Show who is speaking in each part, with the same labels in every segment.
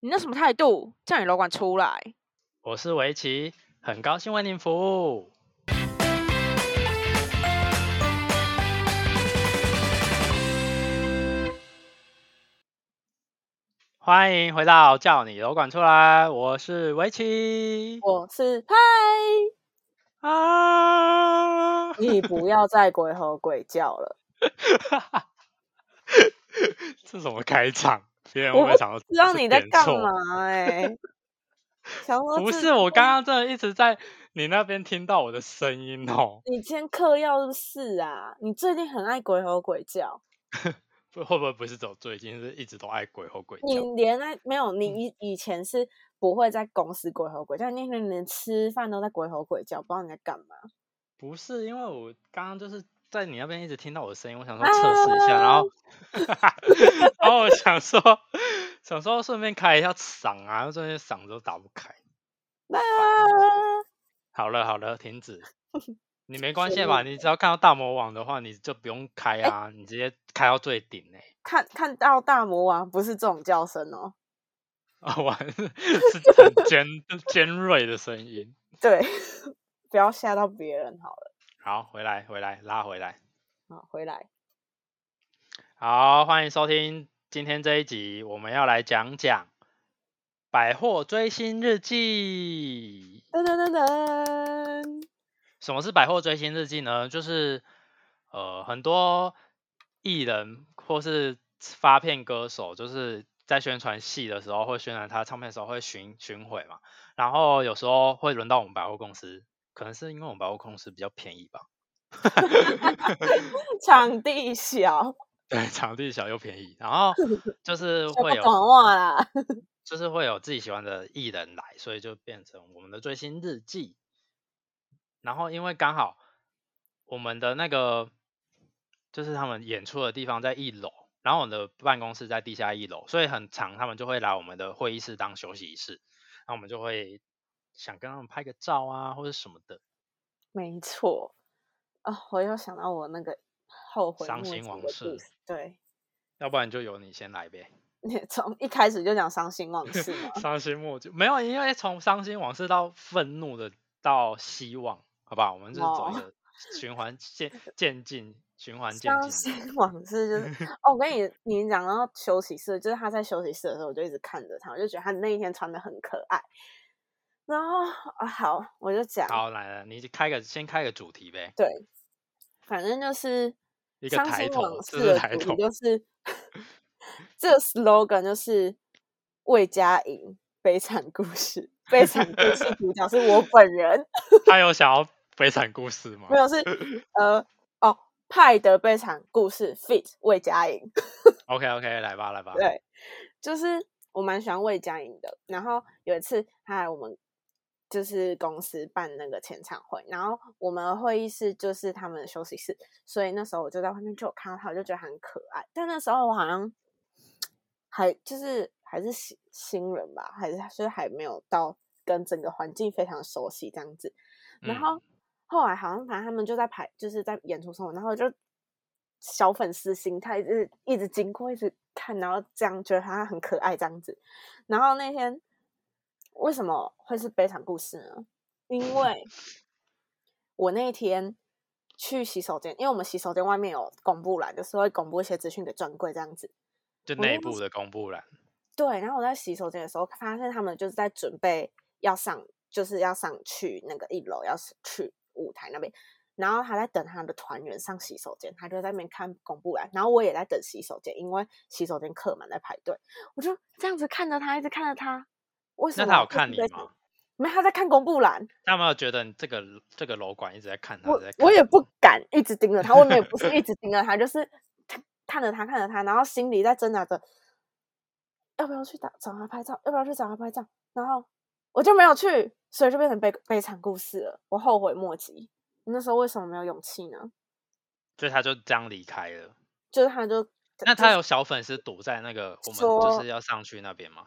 Speaker 1: 你那什么态度？叫你楼管出来！
Speaker 2: 我是围棋，很高兴为您服务。欢迎回到叫你楼管出来，我是围棋
Speaker 3: 我是 派，
Speaker 2: 啊！
Speaker 3: 你不要再鬼吼鬼叫 了。
Speaker 2: 这怎么开场？别人
Speaker 3: 我
Speaker 2: 会不会
Speaker 3: 不
Speaker 2: 想要
Speaker 3: 知道你在
Speaker 2: 点
Speaker 3: 干
Speaker 2: 错？
Speaker 3: 嘛
Speaker 1: 欸
Speaker 3: 哎、想说
Speaker 2: 不
Speaker 3: 自
Speaker 2: 是，我刚刚真的一直在你那边听到我的声音哦，
Speaker 3: 你今天嗑药是不是啊？你最近很爱鬼吼鬼叫，
Speaker 2: 会会不会不是走最近，是一直都爱鬼吼鬼
Speaker 3: 你
Speaker 2: 叫？
Speaker 3: 连在没有你以以前是不会在公司鬼吼鬼叫，你可能连吃饭都在鬼吼鬼叫，不知道你在干嘛。
Speaker 2: 不是，因为我刚刚就是在你那边一直听到我的声音，我想说测试一下，然后，然后我想说，想说顺便开一下嗓啊，最近嗓子都打不开。
Speaker 3: 啊，
Speaker 2: 好了好了，停止。你没关
Speaker 3: 随
Speaker 2: 系吧？
Speaker 3: 便
Speaker 2: 你只要看到大魔王的话，你就不用开啊，你直接开到最顶哎、
Speaker 3: 看看到大魔王不是这种叫声哦，
Speaker 2: 哦，我 是很尖尖锐的声音。
Speaker 3: 对， 不要吓到别人好了。
Speaker 2: 好，回来回来拉回来。
Speaker 3: 好，回来。
Speaker 2: 好，欢迎收听今天这一集，我们要来讲讲《百货追星日记》。
Speaker 3: 噔噔噔噔，
Speaker 2: 什么是百货追星日记呢？就是呃，很多艺人或是发片歌手，就是在宣传戏的时候，或宣传他唱片的时候会巡巡回嘛。然后有时候会轮到我们百货公司，可能是因为我们百货公司比较便宜吧。
Speaker 3: 场地小，
Speaker 2: 对，场地小又便宜，然后 就是
Speaker 3: 不
Speaker 2: 会哦有
Speaker 3: 讲话啦。
Speaker 2: 就是会有自己喜欢的艺人来，所以就变成我们的追星日记。然后因为刚好我们的那个就是他们演出的地方在一楼，然后我的办公室在地下一楼，所以很长他们就会来我们的会议室当休息室，然后我们就会想跟他们拍个照啊或者什么的。
Speaker 3: 没错，啊、我又想到我那个后悔
Speaker 2: 伤
Speaker 3: 莫
Speaker 2: 心
Speaker 3: 及
Speaker 2: 往
Speaker 3: 的故
Speaker 2: 事
Speaker 3: 事。对，
Speaker 2: 要不然就由你先来呗。
Speaker 3: 你从一开始就讲伤心往事 嘛
Speaker 2: 伤心莫就没有，因为从伤心往事到愤怒的到希望，好不好？我们就是走一
Speaker 3: 哦
Speaker 2: 个循环 渐渐进，循环渐
Speaker 3: 伤
Speaker 2: 进的。
Speaker 3: 心往事就是，哦，我跟你 你讲到休息室，就是他在休息室的时候，我就一直看着他，我就觉得他那一天穿的很可爱。然后啊，好，我就讲，
Speaker 2: 好，来了，你开个先开个主 题呗，
Speaker 3: 对，反正就是
Speaker 2: 一个
Speaker 3: 伤
Speaker 2: 抬
Speaker 3: 心
Speaker 2: 头
Speaker 3: 往
Speaker 2: 这
Speaker 3: 事
Speaker 2: 是
Speaker 3: 的
Speaker 2: 抬
Speaker 3: 主题
Speaker 2: 头
Speaker 3: 就是这个 slogan 就是魏佳莹悲惨故事，悲惨故事主角是我本人，
Speaker 2: 他有想要悲惨故事吗
Speaker 3: 没有是呃哦派的悲惨故事 fit 魏佳莹，
Speaker 2: ？OK OK，来吧来吧。
Speaker 3: 对，就是我蛮喜欢魏佳莹的。然后有一次，她来我们就是公司办那个前场会，然后我们的会议室就是他们的休息室，所以那时候我就在外面就有看到她，我就觉得她很可爱。但那时候我好像还就是还是新新人吧，还是就是还没有到跟整个环境非常熟悉这样子。然
Speaker 2: 嗯
Speaker 3: 后后来好像反正他们就在排，就是在演出中，然后就小粉丝心态，就是一直经过，一直看，然后这样觉得他很可爱这样子。然后那天为什么会是悲惨故事呢？因为我那一天去洗手间，因为我们洗手间外面有公布栏，就是会公布一些资讯给专柜这样子。
Speaker 2: 就
Speaker 3: 我那
Speaker 2: 内
Speaker 3: 时候
Speaker 2: 部的公布栏，
Speaker 3: 对，然后我在洗手间的时候，发现他们就是在准备要上，就是要上去那个一楼，要是去舞台那边。然后他在等他的团员上洗手间，他就在那边看公布栏，然后我也在等洗手间，因为洗手间客满在排队，我就这样子看着他，一直看着他。为什
Speaker 2: 那
Speaker 3: 么？
Speaker 2: 他有看你？吗？
Speaker 3: 没有，他在看公布栏。
Speaker 2: 他有没有觉得你这个这个楼管一直在看他？
Speaker 3: 我
Speaker 2: 在
Speaker 3: 我
Speaker 2: 看
Speaker 3: 也
Speaker 2: 你
Speaker 3: 不敢一直盯着他，我们也不是一直盯着他，就是看看着他看着他，然后心里在挣扎着，要不要去打找他拍照，要不要去找他拍照，然后我就没有去，所以就变成悲悲惨故事了，我后悔莫及。我那时候为什么没有勇气呢？
Speaker 2: 所以他就这样离开了。
Speaker 3: 就是他就
Speaker 2: 那他有小粉丝堵在那个我们就
Speaker 3: 说
Speaker 2: 是要上去那边吗？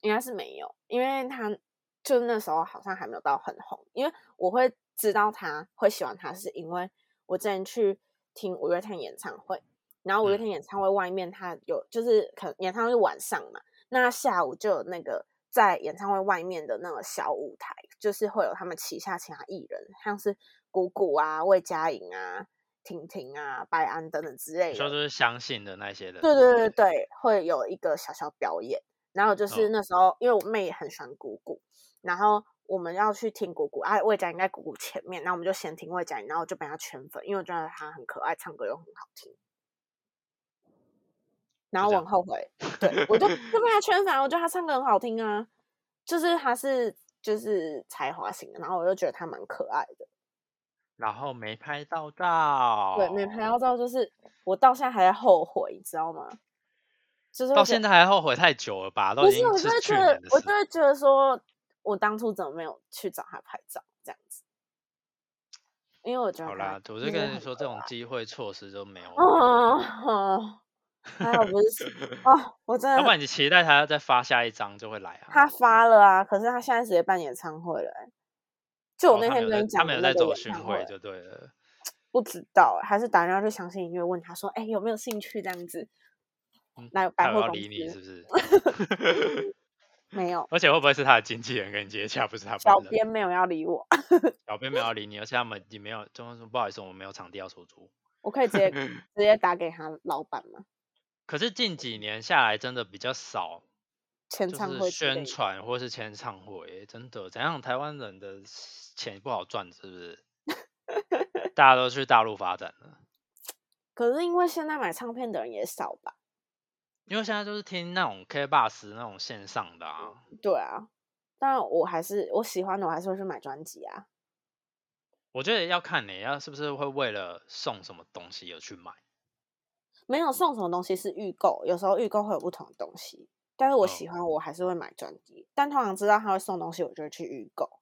Speaker 3: 应该是没有，因为他就那时候好像还没有到很红。因为我会知道他会喜欢他，是因为我之前去听五月天演唱会，然后五月
Speaker 2: 嗯
Speaker 3: 天演唱会外面他有就是可能演唱会是晚上嘛，那下午就有那个在演唱会外面的那个小舞台，就是会有他们旗下其他艺人，像是谷谷啊、魏佳莹啊、婷婷啊、白安等等之类
Speaker 2: 你说就
Speaker 3: 的。
Speaker 2: 是相信的那嗯些人，
Speaker 3: 对对对对，会有一个小小表演。然后就
Speaker 2: 哦
Speaker 3: 是那时候，因为我妹也很喜欢谷谷，然后我们要去听谷谷，啊，魏佳莹在谷谷前面，那我们就先听魏佳莹，然后我就被她圈粉，因为我觉得她很可爱，唱歌又很好听。然后
Speaker 2: 就这
Speaker 3: 我
Speaker 2: 样
Speaker 3: 很后悔，对 我就就被她圈粉啊，我觉得她唱歌很好听啊，就是她是就是才华型的，然后我就觉得她蛮可爱的。
Speaker 2: 然后没拍到照，
Speaker 3: 对，没拍到照就是我到现在还在后悔，你知道吗？就是会
Speaker 2: 到
Speaker 3: 觉
Speaker 2: 现
Speaker 3: 得
Speaker 2: 在还后悔太久了吧？都
Speaker 3: 不
Speaker 2: 已
Speaker 3: 是，
Speaker 2: 经
Speaker 3: 我就会
Speaker 2: 是去
Speaker 3: 觉得
Speaker 2: 年，的
Speaker 3: 我
Speaker 2: 事
Speaker 3: 就。会觉得说，我当初怎么没有去找他拍照这样子？因为我觉得
Speaker 2: 好
Speaker 3: 他
Speaker 2: 啦，
Speaker 3: 真
Speaker 2: 我就
Speaker 3: 的
Speaker 2: 跟你
Speaker 3: 很
Speaker 2: 说，
Speaker 3: 可
Speaker 2: 这种
Speaker 3: 爱
Speaker 2: 机会措施都没有了。
Speaker 3: 哦，哦还好不 是哦，我真
Speaker 2: 要不
Speaker 3: 的
Speaker 2: 然你期待他要再发下一张就会来啊。
Speaker 3: 他发了啊，可是他现在直接办演唱会了欸、就我
Speaker 2: 哦
Speaker 3: 那
Speaker 2: 他
Speaker 3: 天
Speaker 2: 没
Speaker 3: 跟
Speaker 2: 有在
Speaker 3: 你
Speaker 2: 他
Speaker 3: 讲
Speaker 2: 没
Speaker 3: 的
Speaker 2: 有
Speaker 3: 那
Speaker 2: 在
Speaker 3: 个
Speaker 2: 走
Speaker 3: 演
Speaker 2: 巡
Speaker 3: 唱
Speaker 2: 回
Speaker 3: 会，
Speaker 2: 就对了。
Speaker 3: 不知道欸还是打电话去相信音乐问他说，哎、有没有兴趣这样子？
Speaker 2: 嗯
Speaker 3: 来百
Speaker 2: 他有
Speaker 3: 货
Speaker 2: 要
Speaker 3: 公
Speaker 2: 理你是
Speaker 3: 司
Speaker 2: 不是？
Speaker 3: 没有，
Speaker 2: 而且会不会是他的经纪人跟你接洽，不是他
Speaker 3: 小
Speaker 2: 本人？
Speaker 3: 编没有要理我，
Speaker 2: 小编没有要理你，而且他们也没有，就是说不好意思，我们没有场地要出租。
Speaker 3: 我可以直接直接打给他老板吗？
Speaker 2: 可是近几年下来，真的比较少，
Speaker 3: 签
Speaker 2: 就
Speaker 3: 唱
Speaker 2: 是
Speaker 3: 会之类
Speaker 2: 宣
Speaker 3: 的
Speaker 2: 传或是签唱会耶，真的怎样？台湾人的钱不好赚，是不是？大家都去大陆发展了，
Speaker 3: 可是因为现在买唱片的人也少吧？
Speaker 2: 因为现在就是听那种 K bus 那种线上的啊，
Speaker 3: 对啊，但我还是我喜欢的，我还是会去买专辑啊。
Speaker 2: 我觉得要看你要是不是会为了送什么东西而去买。
Speaker 3: 没有送什么东西是预购，有时候预购会有不同的东西，但是我
Speaker 2: 嗯
Speaker 3: 喜欢我还是会买专辑。但通常知道他会送东西，我就会去预购。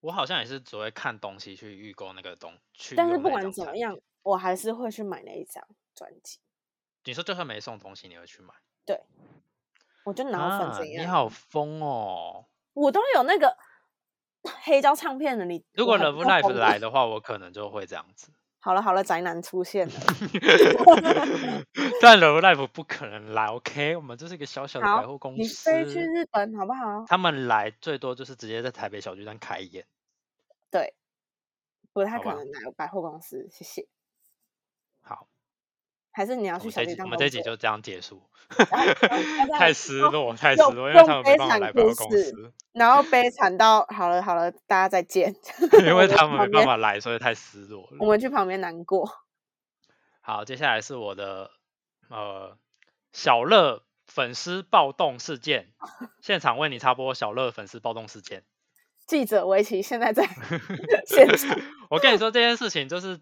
Speaker 2: 我好像也是只会看东西去预购那个东，去
Speaker 3: 但是
Speaker 2: 用
Speaker 3: 不
Speaker 2: 那
Speaker 3: 管
Speaker 2: 张
Speaker 3: 怎
Speaker 2: 产
Speaker 3: 么
Speaker 2: 品
Speaker 3: 样，我还是会去买那一张专辑。
Speaker 2: 你说就算没送东西，你会去买
Speaker 3: 我就脑粉
Speaker 2: 啊？
Speaker 3: 怎
Speaker 2: 你
Speaker 3: 样，
Speaker 2: 好疯哦！
Speaker 3: 我都有那个 黑胶唱片了。你
Speaker 2: 如
Speaker 3: 我
Speaker 2: 果
Speaker 3: 还
Speaker 2: Love
Speaker 3: 不够
Speaker 2: Life
Speaker 3: 疯吗
Speaker 2: 来的话，我可能就会这样子。
Speaker 3: 好了好了，宅男出现了。
Speaker 2: 但 Love Life 不可能来，OK？我们这是一个小小的
Speaker 3: 好
Speaker 2: 百货公
Speaker 3: 你
Speaker 2: 司，
Speaker 3: 飞去日本好不好？
Speaker 2: 他们来最多就是直接在台北小巨蛋开演。
Speaker 3: 对，不太
Speaker 2: 好
Speaker 3: 可
Speaker 2: 吧
Speaker 3: 能来百货公司。谢谢。
Speaker 2: 好，
Speaker 3: 还是你要
Speaker 2: 我
Speaker 3: 去
Speaker 2: 们
Speaker 3: 小
Speaker 2: 这一
Speaker 3: 巨
Speaker 2: 集
Speaker 3: 蛋工作？
Speaker 2: 我
Speaker 3: 啊
Speaker 2: 们这一集就这样结束
Speaker 3: 后，
Speaker 2: 太失落，太失
Speaker 3: 用
Speaker 2: 落，因为
Speaker 3: 用
Speaker 2: 他们没
Speaker 3: 悲
Speaker 2: 办法
Speaker 3: 惨
Speaker 2: 来百货
Speaker 3: 故
Speaker 2: 公
Speaker 3: 事
Speaker 2: 司，。
Speaker 3: 然后悲惨到好了好了，大家再见
Speaker 2: 因为
Speaker 3: 我们
Speaker 2: 他
Speaker 3: 去
Speaker 2: 们
Speaker 3: 旁
Speaker 2: 没办
Speaker 3: 边
Speaker 2: 法来，所以太失落了
Speaker 3: 我。们去旁边难过。
Speaker 2: 好，接下来是我的呃小乐粉丝暴动 事件，现场为你插播小乐粉丝暴动事件。
Speaker 3: 记者围棋现在 在现场，
Speaker 2: 我跟你说这件事情就是，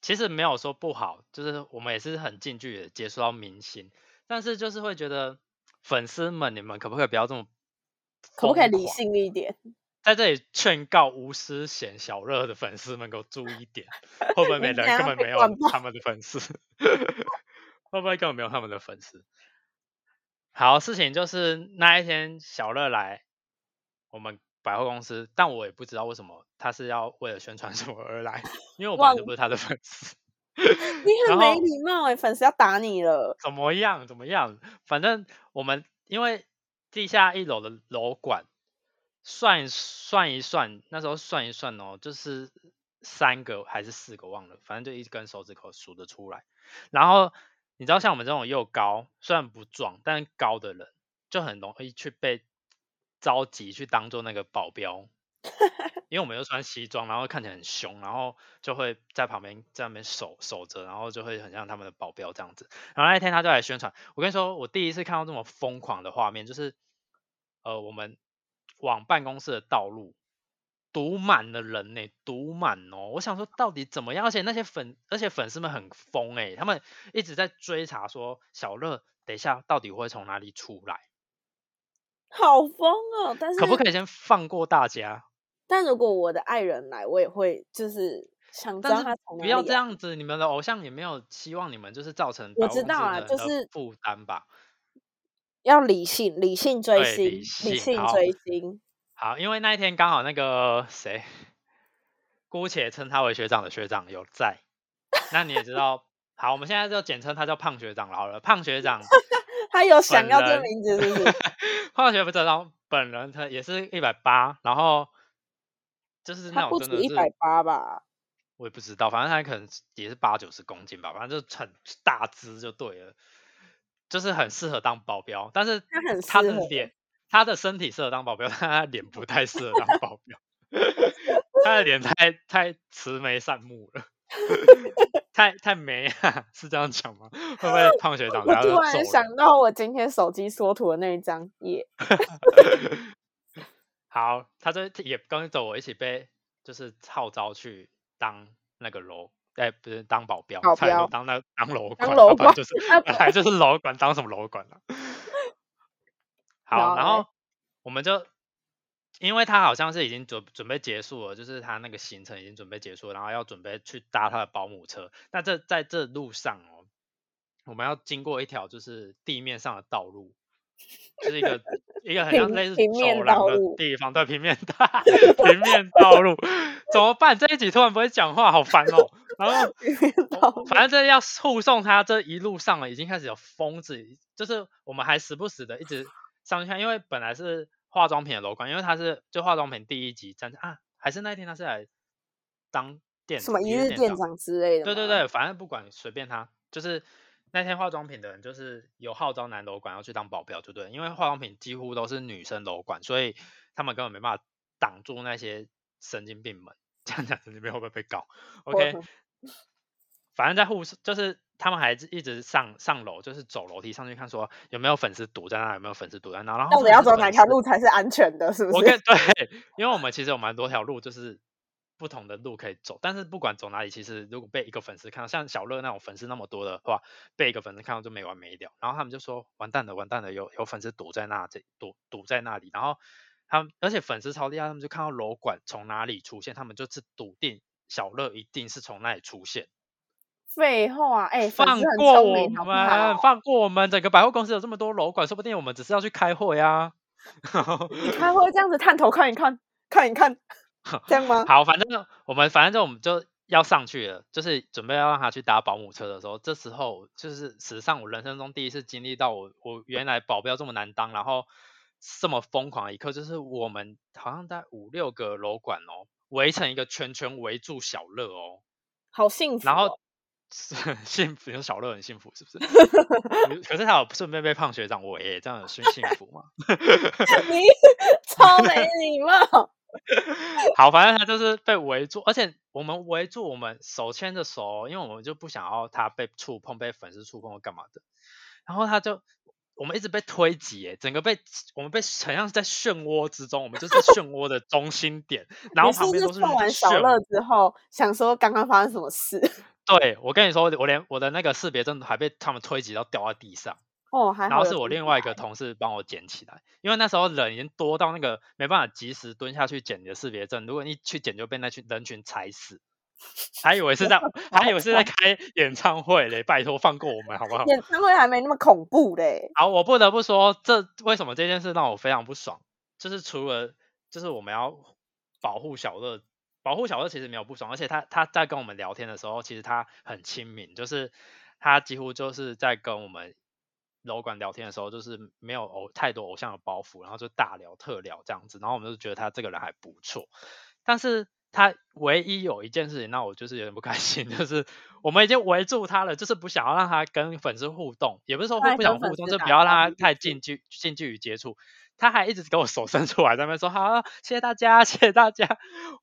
Speaker 2: 其实没有说不好，就是我们也是很近距离地接触到明星，但是就是会觉得粉丝们，你们可不可以不要这么
Speaker 3: 可不可以
Speaker 2: 疯
Speaker 3: 理
Speaker 2: 狂？
Speaker 3: 性一点？
Speaker 2: 在这里劝告吴思贤、小乐的粉丝们给我注意一点，会不会没
Speaker 3: 你
Speaker 2: 人
Speaker 3: 等
Speaker 2: 根
Speaker 3: 下
Speaker 2: 本
Speaker 3: 被
Speaker 2: 没有
Speaker 3: 灌爆
Speaker 2: 他们的粉丝？ 会不会根本没有他们的粉丝？好，事情就是那一天小乐来我们百货公司，但我也不知道为什么他是要为了宣传什么而来，因为我本来就
Speaker 3: 忘
Speaker 2: 不是他的粉丝。
Speaker 3: 你很
Speaker 2: 然
Speaker 3: 没
Speaker 2: 后
Speaker 3: 礼貌哎、粉丝要打你了。
Speaker 2: 怎么样怎么样，反正我们因为地下一楼的楼管算一算一算，那时候算一算哦，就是三个还是四个忘了，反正就一根手指头数得出来。然后你知道像我们这种又高，虽然不壮但高的人，就很容易去被召集去当做那个保镖。因为我们又穿西装，然后看起来很凶，然后就会在旁边在那边守守着，然后就会很像他们的保镖这样子。然后那一天他就来宣传，我跟你说，我第一次看到这么疯狂的画面，就是呃，我们往办公室的道路堵满了人呢、堵满哦。我想说，到底怎么样？而且那些粉，而且粉丝们很疯哎、他们一直在追查说小乐等一下到底会从哪里出来，
Speaker 3: 好疯哦！但是，
Speaker 2: 可不可以先放过大家？
Speaker 3: 但如果我的爱人来，我也会就是想知
Speaker 2: 但
Speaker 3: 道
Speaker 2: 是
Speaker 3: 他从哪
Speaker 2: 不
Speaker 3: 里
Speaker 2: 要这
Speaker 3: 来
Speaker 2: 样子，你们的偶像也没有希望你们就是造成
Speaker 3: 我
Speaker 2: 百货
Speaker 3: 知
Speaker 2: 公司
Speaker 3: 道啊
Speaker 2: 的
Speaker 3: 就
Speaker 2: 的
Speaker 3: 是
Speaker 2: 负担吧。
Speaker 3: 要理性，理性追
Speaker 2: 对
Speaker 3: 星
Speaker 2: 理，性
Speaker 3: 性
Speaker 2: 好
Speaker 3: 追星。
Speaker 2: 好，因为那一天刚好那个谁，姑且称他为学长的学长有在，那你也知道，好，我们现在就简称他叫胖学长了好了。胖学长
Speaker 3: 他有想
Speaker 2: 本
Speaker 3: 要这
Speaker 2: 人
Speaker 3: 名字是不是？
Speaker 2: 化学不知道，本人他也是一百八，然后就是那
Speaker 3: 他不
Speaker 2: 种真
Speaker 3: 止
Speaker 2: 的
Speaker 3: 一
Speaker 2: 是啊
Speaker 3: 百八吧？
Speaker 2: 我也不知道，反正他可能是也是八九十公斤吧，反正就很大只就对了，就是很适合当保镖，但是
Speaker 3: 他很
Speaker 2: 他
Speaker 3: 适
Speaker 2: 的
Speaker 3: 合
Speaker 2: 脸， 他的身体适合当保镖，但他的脸不太适合当保镖， 他的脸太太慈眉善目了， 太太眉啊，是这样讲吗？会不会胖学长
Speaker 3: 我
Speaker 2: 然后
Speaker 3: 突
Speaker 2: 就
Speaker 3: 然
Speaker 2: 走
Speaker 3: 想
Speaker 2: 人？
Speaker 3: 到我今天手机缩图的那一张页，
Speaker 2: 好，他就也跟着我一起被就是号召去当那个楼，哎、不是当保镖，
Speaker 3: 保
Speaker 2: 差点说
Speaker 3: 镖
Speaker 2: 当那当楼
Speaker 3: 当
Speaker 2: 管，
Speaker 3: 楼
Speaker 2: 要不然
Speaker 3: 管
Speaker 2: 就是
Speaker 3: 啊
Speaker 2: 本来 就是楼管，当什么楼管了、啊好，
Speaker 3: 然
Speaker 2: 然
Speaker 3: 后嘞
Speaker 2: 后我们就，因为他好像是已经准准备结束了，就是他那个行程已经准备结束了，然后要准备去搭他的保姆车。那这在这路上哦，我们要经过一条就是地面上的道路，就是一个一个很像
Speaker 3: 平
Speaker 2: 类似
Speaker 3: 平面
Speaker 2: 走廊
Speaker 3: 道
Speaker 2: 的
Speaker 3: 路
Speaker 2: 地方，对，平面大 平面道路， 怎么办？这一集突然不会讲话，好烦哦。然后
Speaker 3: 道
Speaker 2: 我反正这要护送他这一路上了，已经开始有疯子，就是我们还时不时的一直上去看，因为本来是化妆品的楼管，因为他是就化妆品第一集站啊，还是那一天他是来当店
Speaker 3: 什么
Speaker 2: 一
Speaker 3: 一日
Speaker 2: 日
Speaker 3: 店
Speaker 2: 长
Speaker 3: 长之类的。
Speaker 2: 对对，对，反正不管随便他，就是那天化妆品的人就是有号召男楼管要去当保镖，对不对？因为化妆品几乎都是女生楼管，所以他们根本没办法挡住那些神经病们。这样讲神经病会不会被 告？OK，反正在护士就是他们还一直上上楼，就是走楼梯上去看说有没有粉丝堵在那，有没有粉丝堵在那，然后
Speaker 3: 到底
Speaker 2: 真的
Speaker 3: 要
Speaker 2: 是
Speaker 3: 走
Speaker 2: 粉
Speaker 3: 哪条
Speaker 2: 丝
Speaker 3: 路才是安全的？是不
Speaker 2: 我
Speaker 3: 是？
Speaker 2: 跟对，因为我们其实有蛮多条路，就是不同的路可以走，但是不管走哪里，其实如果被一个粉丝看到，像小乐那种粉丝那么多的话，被一个粉丝看到就没完没了。然后他们就说：“完蛋了，完蛋了，有有粉丝堵在那这堵堵在那里。”然后他们，而且粉丝超厉害，他们就看到楼管从哪里出现，他们就是笃定小乐一定是从那里出现。
Speaker 3: 废话，哎，粉丝
Speaker 2: 放
Speaker 3: 很
Speaker 2: 过
Speaker 3: 聪
Speaker 2: 我
Speaker 3: 明好不好
Speaker 2: 们，放过我们！整个百货公司有这么多楼管，说不定我们只是要去开会啊。
Speaker 3: 你开会这样子探头看一看，看一 看，这样吗？
Speaker 2: 好，反正我们反正我们就要上去了，就是准备要让他去搭保姆车的时候，这时候就是史上我人生中第一次经历到我我原来保镖这么难当，然后这么疯狂的一刻，就是我们好像在五六个楼管哦，围成一个圈圈围住小乐哦，
Speaker 3: 好幸福哦。
Speaker 2: 然后。是 幸福，你说小乐很幸福是 不是？可可是他有顺便被胖学长围，这样有幸幸福吗？
Speaker 3: 你超没礼貌，
Speaker 2: 好，反正他就是被围住，而且我们围住，我们手牵着手，因为我们就不想要他被触碰、被粉丝触碰或干嘛的。然后他就，我们一直被推挤，哎，整个被我们被很像是在漩涡之中，我们就是漩涡的中心点， 然后
Speaker 3: 你
Speaker 2: 旁
Speaker 3: 是
Speaker 2: 边
Speaker 3: 不
Speaker 2: 都
Speaker 3: 是
Speaker 2: 是
Speaker 3: 看完小
Speaker 2: 漩
Speaker 3: 乐之后，想说刚刚发生什么事？
Speaker 2: 对，我跟你说，我连我的那个识别证还被他们推挤到掉在地上。
Speaker 3: 哦，还
Speaker 2: 然
Speaker 3: 好有听起来。
Speaker 2: 后是我另外一个同事帮我捡起来，因为那时候人已经多到那个没办法及时蹲下去捡你的识别证，如果你一去捡就被那群人群踩死，还以为是在还以为是在开演唱会嘞，拜托放过我们好 不好？
Speaker 3: 演唱会还没那么恐怖欸嘞。
Speaker 2: 好，我不得不说，这为什么这件事让我非常不爽，就是除了就是我们要保护小乐，保护小乐其实没有不爽，而且他他在跟我们聊天的时候，其实他很亲民，就是他几乎就是在跟我们楼管聊天的时候，就是没有偶太多偶像的包袱，然后就大聊特聊这样子，然后我们就觉得他这个人还不错，但是。他唯一有一件事情让我就是有点不开心， 就是我们已经围住他了，就是不想要让他跟粉丝互动，也不是说
Speaker 3: 他还
Speaker 2: 不想
Speaker 3: 跟粉
Speaker 2: 互动，
Speaker 3: 丝
Speaker 2: 就
Speaker 3: 打
Speaker 2: 不要
Speaker 3: 招
Speaker 2: 让
Speaker 3: 呼
Speaker 2: 他太近距近距离接触。他还一直给我手伸出来，在那边说好，谢谢大家，谢谢大家。